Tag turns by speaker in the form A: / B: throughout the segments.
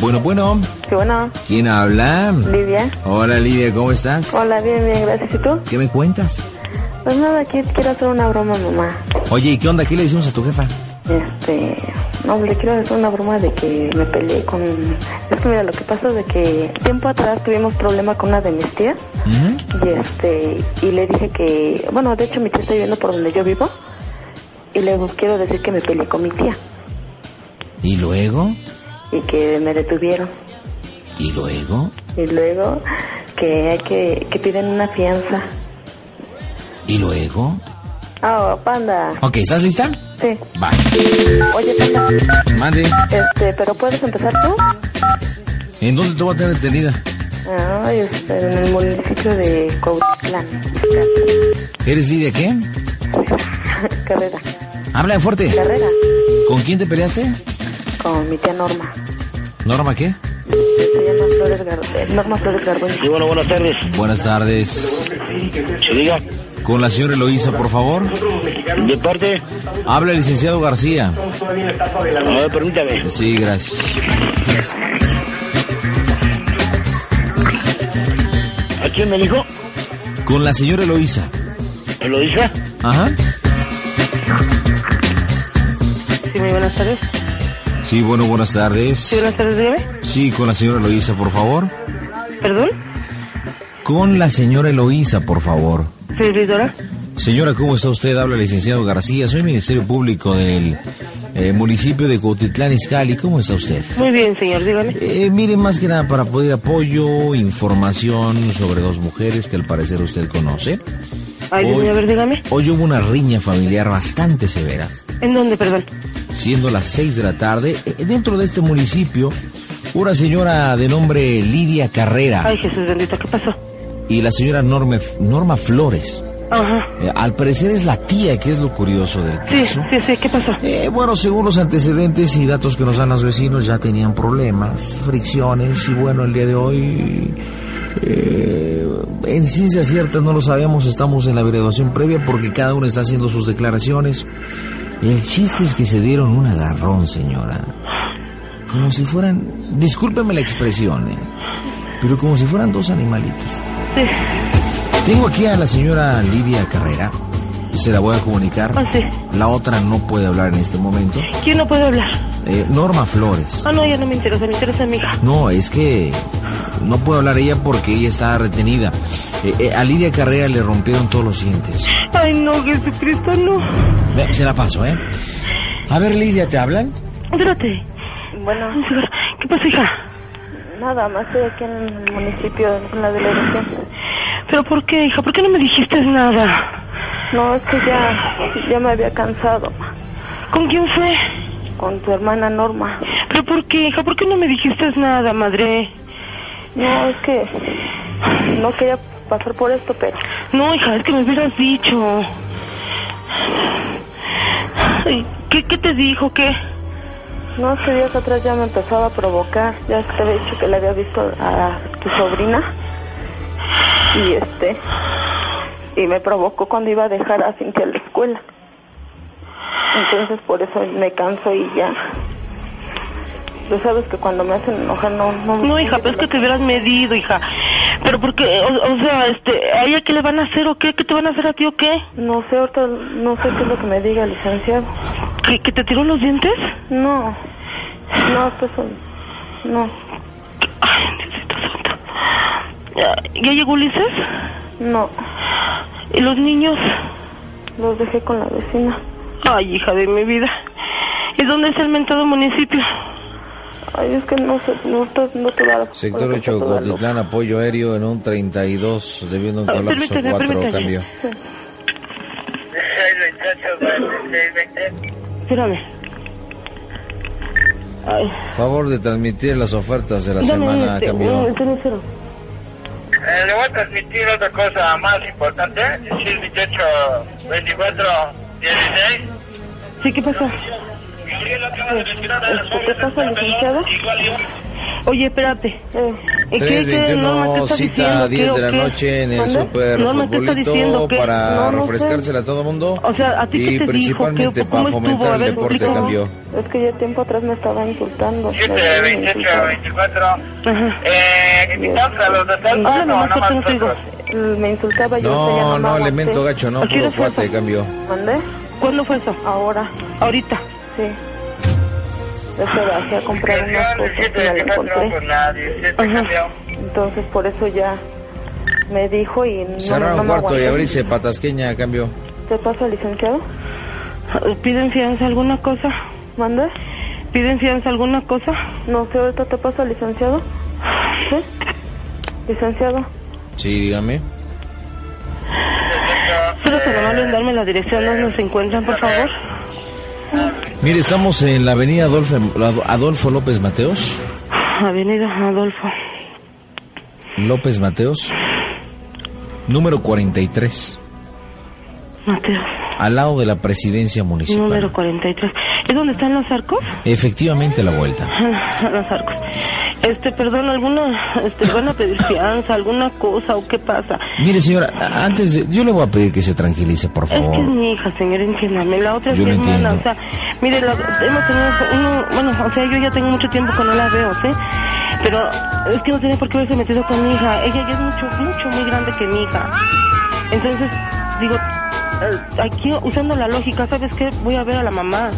A: Bueno, bueno.
B: Sí, bueno,
A: ¿Quién habla?
B: Lidia.
A: Hola Lidia, ¿cómo estás?
B: Hola, bien, bien, gracias. ¿Y tú?
A: ¿Qué me cuentas?
B: Pues nada, aquí quiero hacer una broma, mamá.
A: Oye, ¿y qué onda? ¿Qué le decimos a tu jefa?
B: Este, no, le quiero hacer una broma de que me peleé con... Es que mira, lo que pasa es de que tiempo atrás tuvimos problema con una de mis tías
A: Ujú.
B: y este, y le dije que, bueno, de hecho mi tía está viviendo por donde yo vivo y le quiero decir que me peleé con mi tía
A: ¿Y luego?
B: y que me detuvieron
A: ¿Y luego?
B: y luego que hay que, que piden una fianza.
A: ¿Y luego?
B: Ah, panda.
A: Ok, ¿estás lista?
B: Sí.
A: Va.
B: Oye, panda,
A: Mande.
B: este, pero puedes empezar tú.
A: ¿En dónde te voy a tener detenida?
B: Ah, este, en el municipio de Cuautitlán,
A: ¿Eres Lidia qué?
B: Carrera.
A: Habla fuerte.
B: Carrera
A: ¿Con quién te peleaste?
B: con mi tía Norma.
A: ¿Norma qué?
B: Se llama Flores Gar- eh, Norma Flores
C: Sí,
B: Garbuño.
C: bueno, buenas tardes.
A: Buenas tardes.
C: Se diga,
A: Con la señora Eloísa, por favor.
C: de parte,
A: Habla el licenciado García.
C: a ver, permítame.
A: Sí, gracias.
C: ¿A quién me dijo?
A: Con la señora Eloísa.
C: ¿Me lo dice?
A: Ajá.
B: Sí, muy buenas tardes.
A: Sí, bueno, buenas tardes.
B: buenas tardes, dígame.
A: Sí, con la señora Eloísa, por favor.
B: ¿Perdón?
A: Con la señora Eloísa, por favor.
B: ¿Servidora?
A: Señora, ¿cómo está usted? Habla el licenciado García. Soy Ministerio Público del eh, municipio de Cuautitlán, Izcalli. ¿Cómo está usted?
B: Muy bien, señor, dígame.
A: Eh, mire, más que nada para pedir apoyo, información sobre dos mujeres que al parecer usted conoce.
B: Ay,
A: Hoy-
B: a ver, dígame.
A: Hoy hubo una riña familiar bastante severa,
B: ¿En dónde, perdón?
A: siendo las 6 de la tarde, eh, dentro de este municipio, una señora de nombre Lidia Carrera
B: Ay, Jesús bendito, ¿qué pasó?
A: y la señora Norme- Norma Flores.
B: Ajá.
A: Eh, al parecer es la tía, que es lo curioso del
B: Sí,
A: caso.
B: sí, sí, ¿qué pasó?
A: Eh, bueno, según los antecedentes y datos que nos dan los vecinos, ya tenían problemas, fricciones y bueno, el día de hoy, eh, en ciencia cierta no lo sabemos, estamos en la averiguación previa porque cada uno está haciendo sus declaraciones. El chiste es que se dieron un agarrón, señora. Como si fueran, discúlpeme la expresión, eh, pero como si fueran dos animalitos.
B: Sí.
A: Tengo aquí a la señora Livia Carrera. Se la voy a comunicar.
B: Ah, sí.
A: La otra no puede hablar en este momento.
B: ¿Quién no puede hablar?
A: Eh, Norma Flores.
B: Ah, no, ya no me interesa, me interesa mi hija.
A: No, es que no puede hablar ella porque ella está retenida. Eh, eh, a Lidia Carrera le rompieron todos los dientes.
B: Ay, no, Jesucristo, no.
A: Ve, se la paso, ¿eh? A ver, Lidia, ¿te hablan?
B: Espérate.
D: Bueno,
B: Un cigarro. ¿Qué pasa, hija?
D: nada más estoy aquí en el municipio, en la delegación.
B: ¿Pero por qué, hija? ¿Por qué no me dijiste nada?
D: No, es que ya, ya me había cansado
B: ¿Con quién fue?
D: con tu hermana Norma.
B: ¿Pero por qué, hija? ¿Por qué no me dijiste nada, madre?
D: No, es que no quería pasar por esto, pero
B: No, hija, es que me hubieras dicho. Ay, ¿Qué, qué te dijo? ¿Qué?
D: no hace días atrás ya me empezaba a provocar. Ya te había dicho que le había visto a tu sobrina y este y me provocó cuando iba a dejar a Cintia a la escuela. Entonces por eso me canso y ya. Tú sabes que cuando me hacen enojar no no
B: No, hija, pero es que te hubieras medido, hija. ¿Pero por qué? O, o sea, este, ¿a ella qué le van a hacer o qué? ¿Qué te van a hacer a ti o qué?
D: No sé, ahorita no sé qué es lo que me diga el licenciado.
B: ¿Que, que te tiró los dientes?
D: No, no, pues no,
B: Ay, Diosito santo. ¿Ya, ya llegó Ulises?
D: no,
B: ¿Y los niños?
D: los dejé con la vecina.
B: Ay, hija de mi vida. ¿Y dónde está el mentado municipio?
D: Ay, es que no sé, no te, no te da
E: Sector 8, Cotitlán, apoyo aéreo en un 32, debiendo un
B: Ah,
E: colapso
B: permítame,
E: 4,
B: permítame.
E: cambio.
B: Espérame. Ay,
E: Favor de transmitir las ofertas de la semana,
B: este,
E: cambio.
B: un- un cenicero.
F: Eh, le voy a transmitir otra cosa más importante. Sí, 18, 24, 16.
B: Sí, ¿qué pasó?
F: Gabriel acaba de respirar
D: ¿Qué pasa, Este, licenciado?
F: Igual yo.
B: Oye, espérate.
D: Eh, ¿Y qué, qué? Norma, ¿qué
G: 321
D: está
G: cita a
D: diciendo?
G: 10 de la
D: ¿Qué, o qué?
G: noche en el
D: ¿Mande?
G: super
D: Norma, ¿qué está
G: futbolito
D: diciendo? ¿Qué?
G: para
D: No, no sé.
G: refrescársela a todo mundo
D: O sea, ¿a ti qué
G: y
D: te dijo? ¿Qué-
G: principalmente
D: cómo
G: para
D: estuvo? A
G: fomentar el
D: ver,
G: deporte
D: explícame.
G: cambió.
D: Es que ya tiempo atrás me estaba insultando.
F: 7
D: me
F: de
D: habían
F: 28
D: insultado.
F: 24.
D: Ajá.
F: Eh, invitamos a los de tal
D: Ah,
F: o
D: no,
F: no
D: no,
F: más
D: no,
F: nosotros.
D: Me insultaba yo. o sea, ya
G: No,
D: me
G: no,
D: aguanté.
G: elemento gacho, no,
D: ¿A qué
G: puro
D: hora fue
G: cuate
D: eso?
G: cambió.
D: ¿Mande?
B: ¿Cuándo fue eso?
D: Ahora,
B: Ahorita.
D: sí. Yo se bajé a comprar unas cosas
F: 17
D: que
F: de
D: ya la
F: 24
D: encontré.
F: con pues, la 17 cambió.
D: Entonces, por eso ya me dijo y no,
G: Cerrar
D: no
G: un
D: me
G: cuarto y
D: aguanté.
G: abrirse patasqueña cambió.
D: ¿Te pasa, licenciado?
B: ¿Piden fianza alguna cosa?
D: ¿Mande?
B: ¿Piden fianza alguna cosa?
D: No sé, ahorita te pasa, licenciado. ¿Sí? Licenciado.
G: Sí, dígame.
B: ¿Pero tan amable en darme la dirección donde nos encuentran, por favor?
A: Mire, estamos en la avenida Adolfo, Adolfo López Mateos.
B: Avenida Adolfo.
A: López Mateos, número 43,
B: Mateo.
A: al lado de la presidencia municipal.
B: Número 43. ¿Es donde están los arcos? Ah,
A: Efectivamente, la vuelta.
B: los arcos. Este, perdón, alguna, este, van a pedir fianza, alguna cosa o qué pasa.
A: Mire, señora, a- antes, de- yo le voy a pedir que se tranquilice, por
B: Es que es
A: favor.
B: mi hija, señor, entiéndame. La otra es
A: Yo
B: mi
A: lo
B: hermana, o
A: entiendo.
B: sea, mire, la- hemos tenido uno, bueno, o sea, yo ya tengo mucho tiempo que no la veo, ¿sí? Pero es que no tenía por qué haberse metido con mi hija. Ella ya es mucho, mucho, muy grande que mi hija. Entonces, digo, eh, aquí usando la lógica, ¿sabes qué? Voy a ver a la mamá.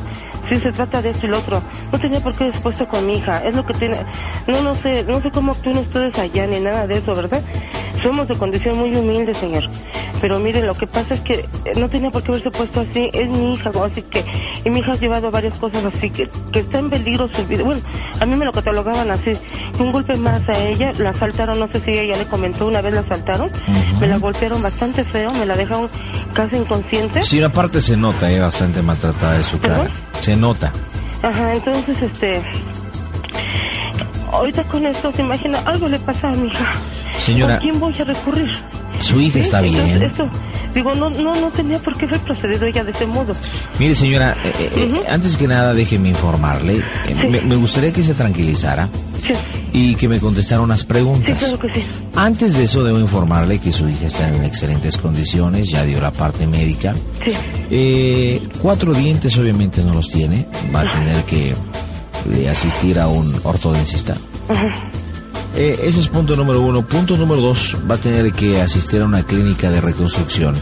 B: Si se trata de esto y lo otro, no tenía por qué haberse puesto con mi hija. Es lo que tiene. No, no sé, no sé cómo actúan ustedes allá ni nada de eso, ¿verdad? Somos de condición muy humilde, señor. Pero mire, lo que pasa es que eh, no tenía por qué haberse puesto así. Es mi hija, ¿no? así que. Y mi hija ha llevado varias cosas así que, que está en peligro su vida. Bueno, a mí me lo catalogaban así. Un golpe más a ella, la asaltaron, no sé si ella le comentó, una vez la asaltaron. Me la golpearon bastante feo, me la dejaron casi inconsciente.
A: Sí, aparte se nota, eh, bastante maltratada de su cara. Se nota.
B: Ajá, entonces este. Ahorita con esto, se imagina, algo le pasa a mi hija.
A: Señora.
B: ¿A quién voy a recurrir?
A: Su hija está
B: Sí, entonces,
A: bien.
B: esto, digo, no, no, no tenía por qué haber procedido ella de ese modo.
A: Mire, señora, eh, eh, eh, antes que nada, déjeme informarle. eh, me, me gustaría que se tranquilizara
B: Sí,
A: y que me contestara unas
B: sí,
A: preguntas.
B: claro que sí.
A: Antes de eso, debo informarle que su hija está en excelentes condiciones, ya dio la parte médica.
B: Sí,
A: Eh, cuatro dientes obviamente no los tiene, va a tener que eh, asistir a un ortodoncista. Eh, ese es punto número uno. Punto número dos, va a tener que asistir a una clínica de reconstrucción.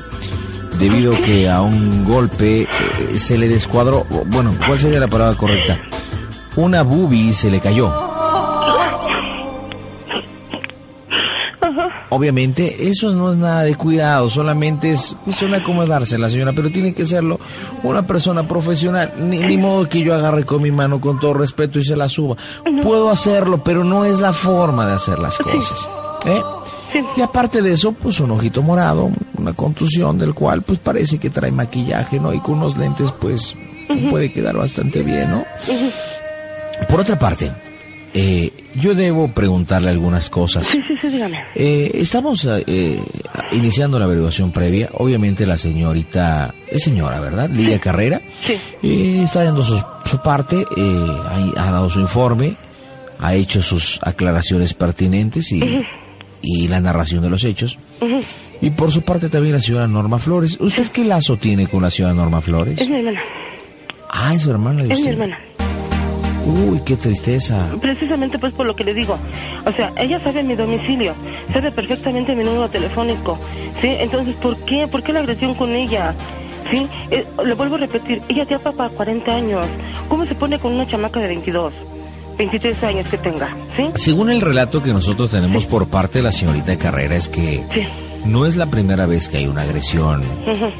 A: Debido que a un golpe eh, se le descuadró, bueno, ¿cuál sería la palabra correcta? Una boobie se le cayó. Obviamente, eso no es nada de cuidado, solamente es cuestión de acomodarse la señora, pero tiene que serlo una persona profesional. Ni, ni modo que yo agarre con mi mano con todo respeto y se la suba. Puedo hacerlo, pero no es la forma de hacer las cosas. ¿eh?
B: Sí.
A: Y aparte de eso, pues un ojito morado, una contusión del cual pues parece que trae maquillaje, ¿no? Y con unos lentes pues puede quedar bastante bien, ¿no? Por otra parte, eh, yo debo preguntarle algunas cosas.
B: sí, sí, sí, dígame.
A: Eh, estamos eh, iniciando la averiguación previa. Obviamente la señorita, es señora, ¿verdad? Lidia Carrera.
B: Sí.
A: Eh, está dando su, su parte, eh, ha, ha dado su informe, ha hecho sus aclaraciones pertinentes y, y la narración de los hechos. Y por su parte también la señora Norma Flores. ¿Usted qué lazo tiene con la señora Norma Flores?
B: Es mi hermana,
A: Ah, es su hermana de
B: es mi
A: usted.
B: hermana.
A: Uy, qué tristeza.
B: Precisamente pues por lo que le digo. O sea, ella sabe mi domicilio, sabe perfectamente mi número telefónico. ¿Sí? Entonces, ¿por qué? ¿Por qué la agresión con ella? ¿Sí? Eh, le vuelvo a repetir, ella ya papá 40 años. ¿Cómo se pone con una chamaca de 22, 23 años que tenga? ¿Sí?
A: Según el relato que nosotros tenemos por parte de la señorita Carrera es que
B: Sí.
A: no es la primera vez que hay una agresión,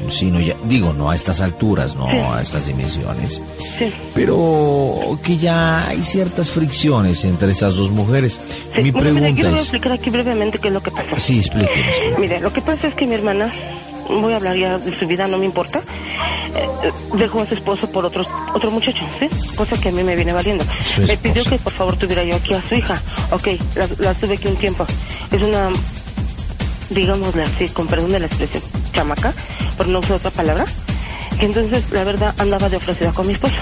A: sino ya, digo, no a estas alturas, no
B: Sí.
A: a estas dimensiones,
B: Sí.
A: pero que ya hay ciertas fricciones entre estas dos mujeres.
B: sí.
A: Mi
B: Bueno, mire, yo le
A: pregunta
B: voy a
A: es,
B: explicar aquí brevemente qué es lo que pasó.
A: sí, explíquenos.
B: Mire, lo que pasa es que mi hermana, voy a hablar ya de su vida, no me importa, eh, eh, dejó a su esposo por otro, otro muchacho, ¿sí? Cosa que a mí me viene valiendo.
A: Su
B: Me pidió
A: esposo.
B: que por favor tuviera yo aquí a su hija. Ok, la, la tuve aquí un tiempo. Es una, digámosle así, con perdón de la expresión, chamaca, por no usar otra palabra. Y entonces, la verdad, andaba de ofrecida con mi esposo,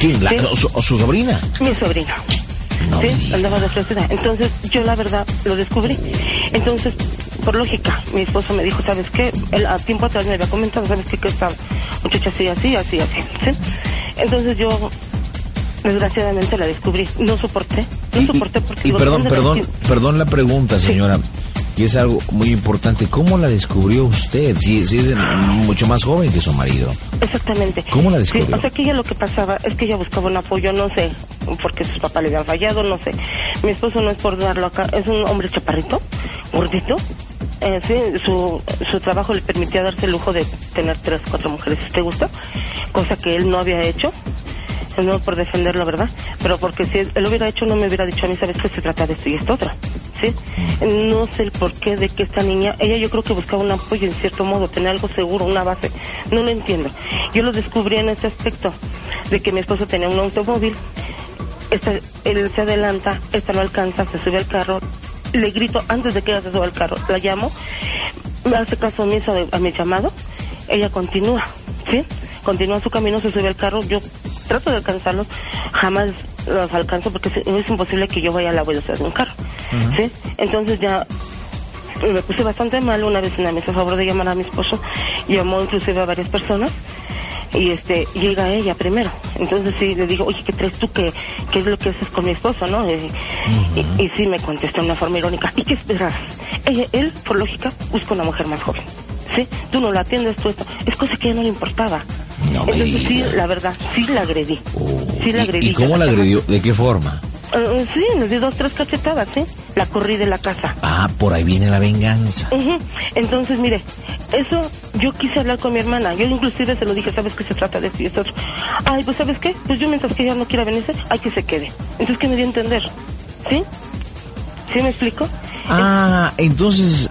A: ¿Quién? La-
B: Sí.
A: o su, o su sobrina?
B: mi sobrino. ¿sí? Andaba de ofrecida. Entonces, yo la verdad lo descubrí. Entonces, por lógica, mi esposo me dijo, ¿sabes qué? Él a tiempo atrás me había comentado, ¿sabes qué? Que esta muchacha así, así, así, así, ¿sí? Entonces yo, desgraciadamente, la descubrí. No soporté, no
A: Y-
B: soporté porque...
A: y
B: digo,
A: perdón,
B: ¿dónde la
A: perdón,
B: metí?
A: perdón la pregunta, señora. Y es algo muy importante. ¿Cómo la descubrió usted? Si, si es eh, mucho más joven que su marido.
B: Exactamente.
A: ¿Cómo la descubrió?
B: Sí, o sea, que ella lo que pasaba es que ella buscaba un apoyo, no sé, porque sus papás le habían fallado, no sé. Mi esposo no es por darlo acá, es un hombre chaparrito, gordito. Eh, sí, su, su trabajo le permitía darse el lujo de tener tres, cuatro mujeres, si te gusta, cosa que él no había hecho. No por defenderlo, ¿verdad? Pero porque si él lo hubiera hecho, no me hubiera dicho a mí, ¿sabes qué se trata de esto y esto otro? ¿Sí? No sé el porqué de que esta niña, ella yo creo que buscaba un apoyo en cierto modo, tener algo seguro, una base. No lo entiendo. Yo lo descubrí en este aspecto, de que mi esposo tenía un automóvil, esta, él se adelanta, esta no alcanza, se sube al carro, le grito antes de que ella se suba al carro, la llamo, me hace caso omiso de- a mi llamado, ella continúa, ¿sí? Continúa su camino, se sube al carro, yo trato de alcanzarlos, jamás los alcanzo porque es, es imposible que yo vaya a la velocidad de un carro, ¿sí? Entonces ya me puse bastante mal, una vecina me hizo favor de llamar a mi esposo, llamó inclusive a varias personas y este llega ella primero. Entonces sí le digo, oye, ¿qué traes tú? ¿Qué, qué es lo que haces con mi esposo? ¿no? Eh, y, y sí me contestó de una forma irónica, ¿y qué esperas? Ella, él, por lógica, busca una mujer más joven. ¿Sí? Tú no la atiendes, tú esto. Es cosa que a ella no le importaba.
A: No me
B: Entonces sí,
A: digas. Oh,
B: la verdad, sí la agredí. Sí la
A: ¿Y-
B: agredí.
A: ¿Y, cómo la
B: Ajá.
A: agredió? ¿De qué forma?
B: Eh, sí, le di dos, tres cachetadas, ¿sí? La corrí de la casa.
A: Ah, por ahí viene la venganza.
B: Ujú. Entonces, mire, eso yo quise hablar con mi hermana. Yo inclusive se lo dije, ¿sabes qué se trata de esto y esto? otro? Ay, pues ¿sabes qué? Pues yo mientras que ella no quiera venirse, hay que se quede. Entonces, ¿qué me dio a entender? ¿Sí? ¿Sí me explico?
A: Ah, entonces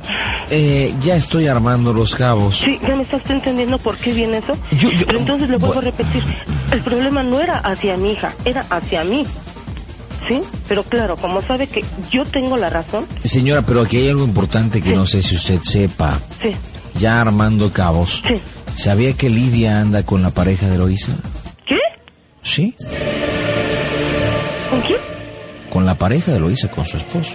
A: eh, ya estoy armando los cabos.
B: Sí, ya me estás entendiendo por qué viene eso.
A: Yo- yo-
B: Pero entonces le vuelvo
A: bueno.
B: a repetir, el problema no era hacia mi hija, era hacia mí. ¿Sí? Pero claro, como sabe que yo tengo la razón,
A: Señora, pero aquí hay algo importante que no sé si usted sepa.
B: sí,
A: Ya armando cabos.
B: sí.
A: ¿Sabía que Lidia anda con la pareja de Eloísa?
B: ¿Qué?
A: Sí,
B: ¿Con quién?
A: con la pareja de Eloísa, con su esposo.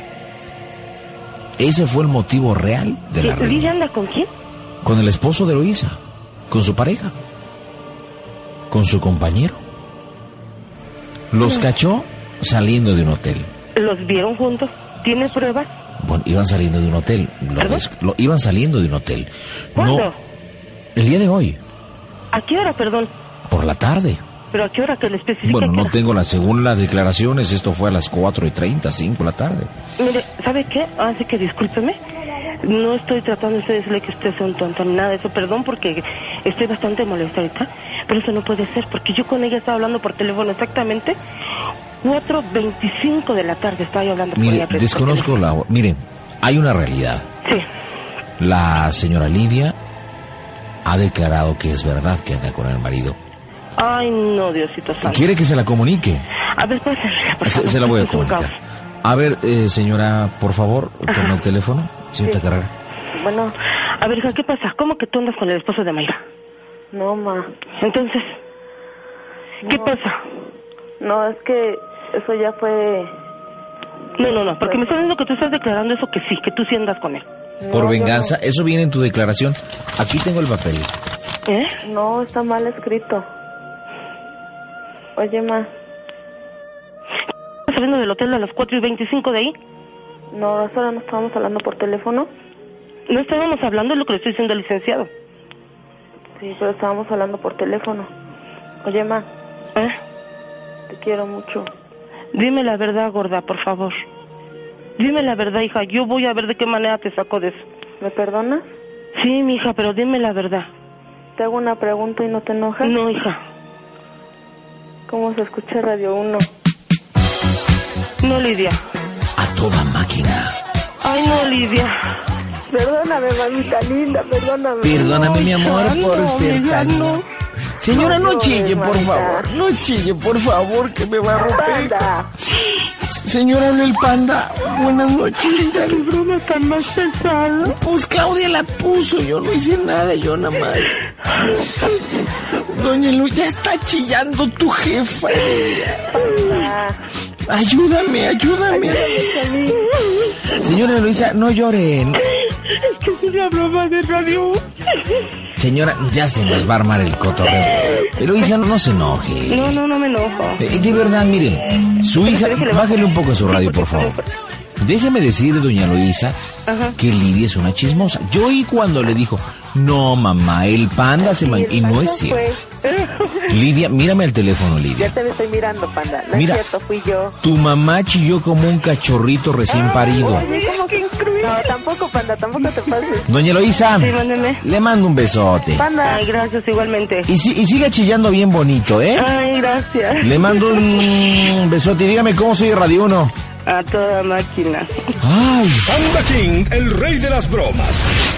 A: Ese fue el motivo real de la
B: ¿Lidia
A: reunión.
B: anda con quién?
A: Con el esposo de Eloísa, con su pareja, con su compañero. Los cachó saliendo de un hotel.
B: ¿Los vieron juntos? ¿Tiene pruebas?
A: Bueno, iban saliendo de un hotel. Lo,
B: ¿Perdón?
A: des- lo- iban saliendo de un hotel.
B: ¿Cuándo?
A: No, el día de hoy,
B: ¿A qué hora, perdón?
A: por la tarde.
B: ¿Pero a qué hora que le especifica?
A: Bueno,
B: qué
A: no
B: hora?
A: tengo la, según las declaraciones, esto fue a las 4 y 30, 5 de la tarde.
B: Mire, ¿sabe qué? Así que discúlpeme. No estoy tratando de decirle que usted sea un tonto ni nada de eso. Perdón porque estoy bastante molesta ahorita. Pero eso no puede ser porque yo con ella estaba hablando por teléfono exactamente 4.25 de la tarde. Estaba yo hablando
A: Mire,
B: por ella.
A: desconozco la... Mire, hay una realidad.
B: Sí,
A: La señora Lidia ha declarado que es verdad que anda con el marido.
B: Ay, no, Diosito santo.
A: ¿Quiere que se la comunique?
B: A ver, pásenla, por
A: Se,
B: favor.
A: se la voy a
B: Es un caos.
A: comunicar. A ver, eh, señora, por favor, con el teléfono. Señorita Carrera.
D: Bueno,
B: A ver, hija, ¿qué pasa? ¿Cómo que tú andas con el esposo de Mayra?
D: no, ma.
B: Entonces, ¿qué
D: No.
B: pasa?
D: No, es que eso ya fue...
B: No, no, no, porque me está diciendo que tú estás declarando eso que sí, que tú sí andas con él.
D: No,
A: Por
D: yo
A: venganza, eso viene en tu declaración. Aquí tengo el papel.
B: ¿Eh?
D: No, está mal escrito. Oye, ma.
B: ¿Estás saliendo del hotel a las 4 y 25 de ahí?
D: No, hasta ahora no estábamos hablando por teléfono.
B: No estábamos hablando de lo que le estoy diciendo al licenciado.
D: Sí, pero estábamos hablando por teléfono. Oye, ma,
B: ¿Eh?
D: te quiero mucho.
B: Dime la verdad, gorda, por favor. Dime la verdad, hija. Yo voy a ver de qué manera te saco de eso.
D: ¿Me perdonas?
B: Sí, mi hija, pero dime la verdad.
D: Te hago una pregunta y no te enojas.
B: No, hija.
D: ¿Cómo se escucha Radio 1?
B: No, Lidia.
A: A toda máquina.
B: Ay, no, Lidia.
D: Perdóname, mamita linda, perdóname.
A: Perdóname, mi amor,
B: Ay,
A: por
B: no,
A: ser
B: amiga,
A: tan-
B: no.
A: Señora, no
D: No
A: chille,
D: llores,
A: por
D: mamita.
A: favor. No chille, por favor, que me va a romper.
D: Panda.
A: Señora, habla el panda. Buenas noches.
B: broma tan más pesada.
A: Pues Claudia la puso, yo no hice nada, yo nada más. Doña Lu, ya está chillando tu jefa. Lidia. Ayúdame, ayúdame. Señora Luisa, no lloren.
B: Es que es una broma de radio.
A: Señora, ya se nos va a armar el cotorreo. Eloisa, no, no se enoje.
B: No, no, no me enojo.
A: Eh, De verdad, mire, su hija, bájele un poco su radio, por favor. Déjeme decir, doña Luisa, que Lidia es una chismosa. Yo oí cuando le dijo, no, mamá, el panda se man... Y no es cierto. Lidia, mírame al teléfono, Lidia.
D: Ya te estoy mirando, panda. No
A: Mira.
D: es cierto, fui yo.
A: Tu mamá chilló como un cachorrito recién parido.
D: No, tampoco, panda, tampoco te pases.
A: Doña Eloisa,
B: mándeme.
A: le mando un besote.
D: Panda,
B: Ay, gracias, igualmente.
A: Y, si- y siga chillando bien bonito, ¿eh?
B: Ay, gracias.
A: Le mando un besote y dígame cómo soy de Radio 1.
B: A toda máquina.
A: Ay,
H: Panda King, el rey de las bromas.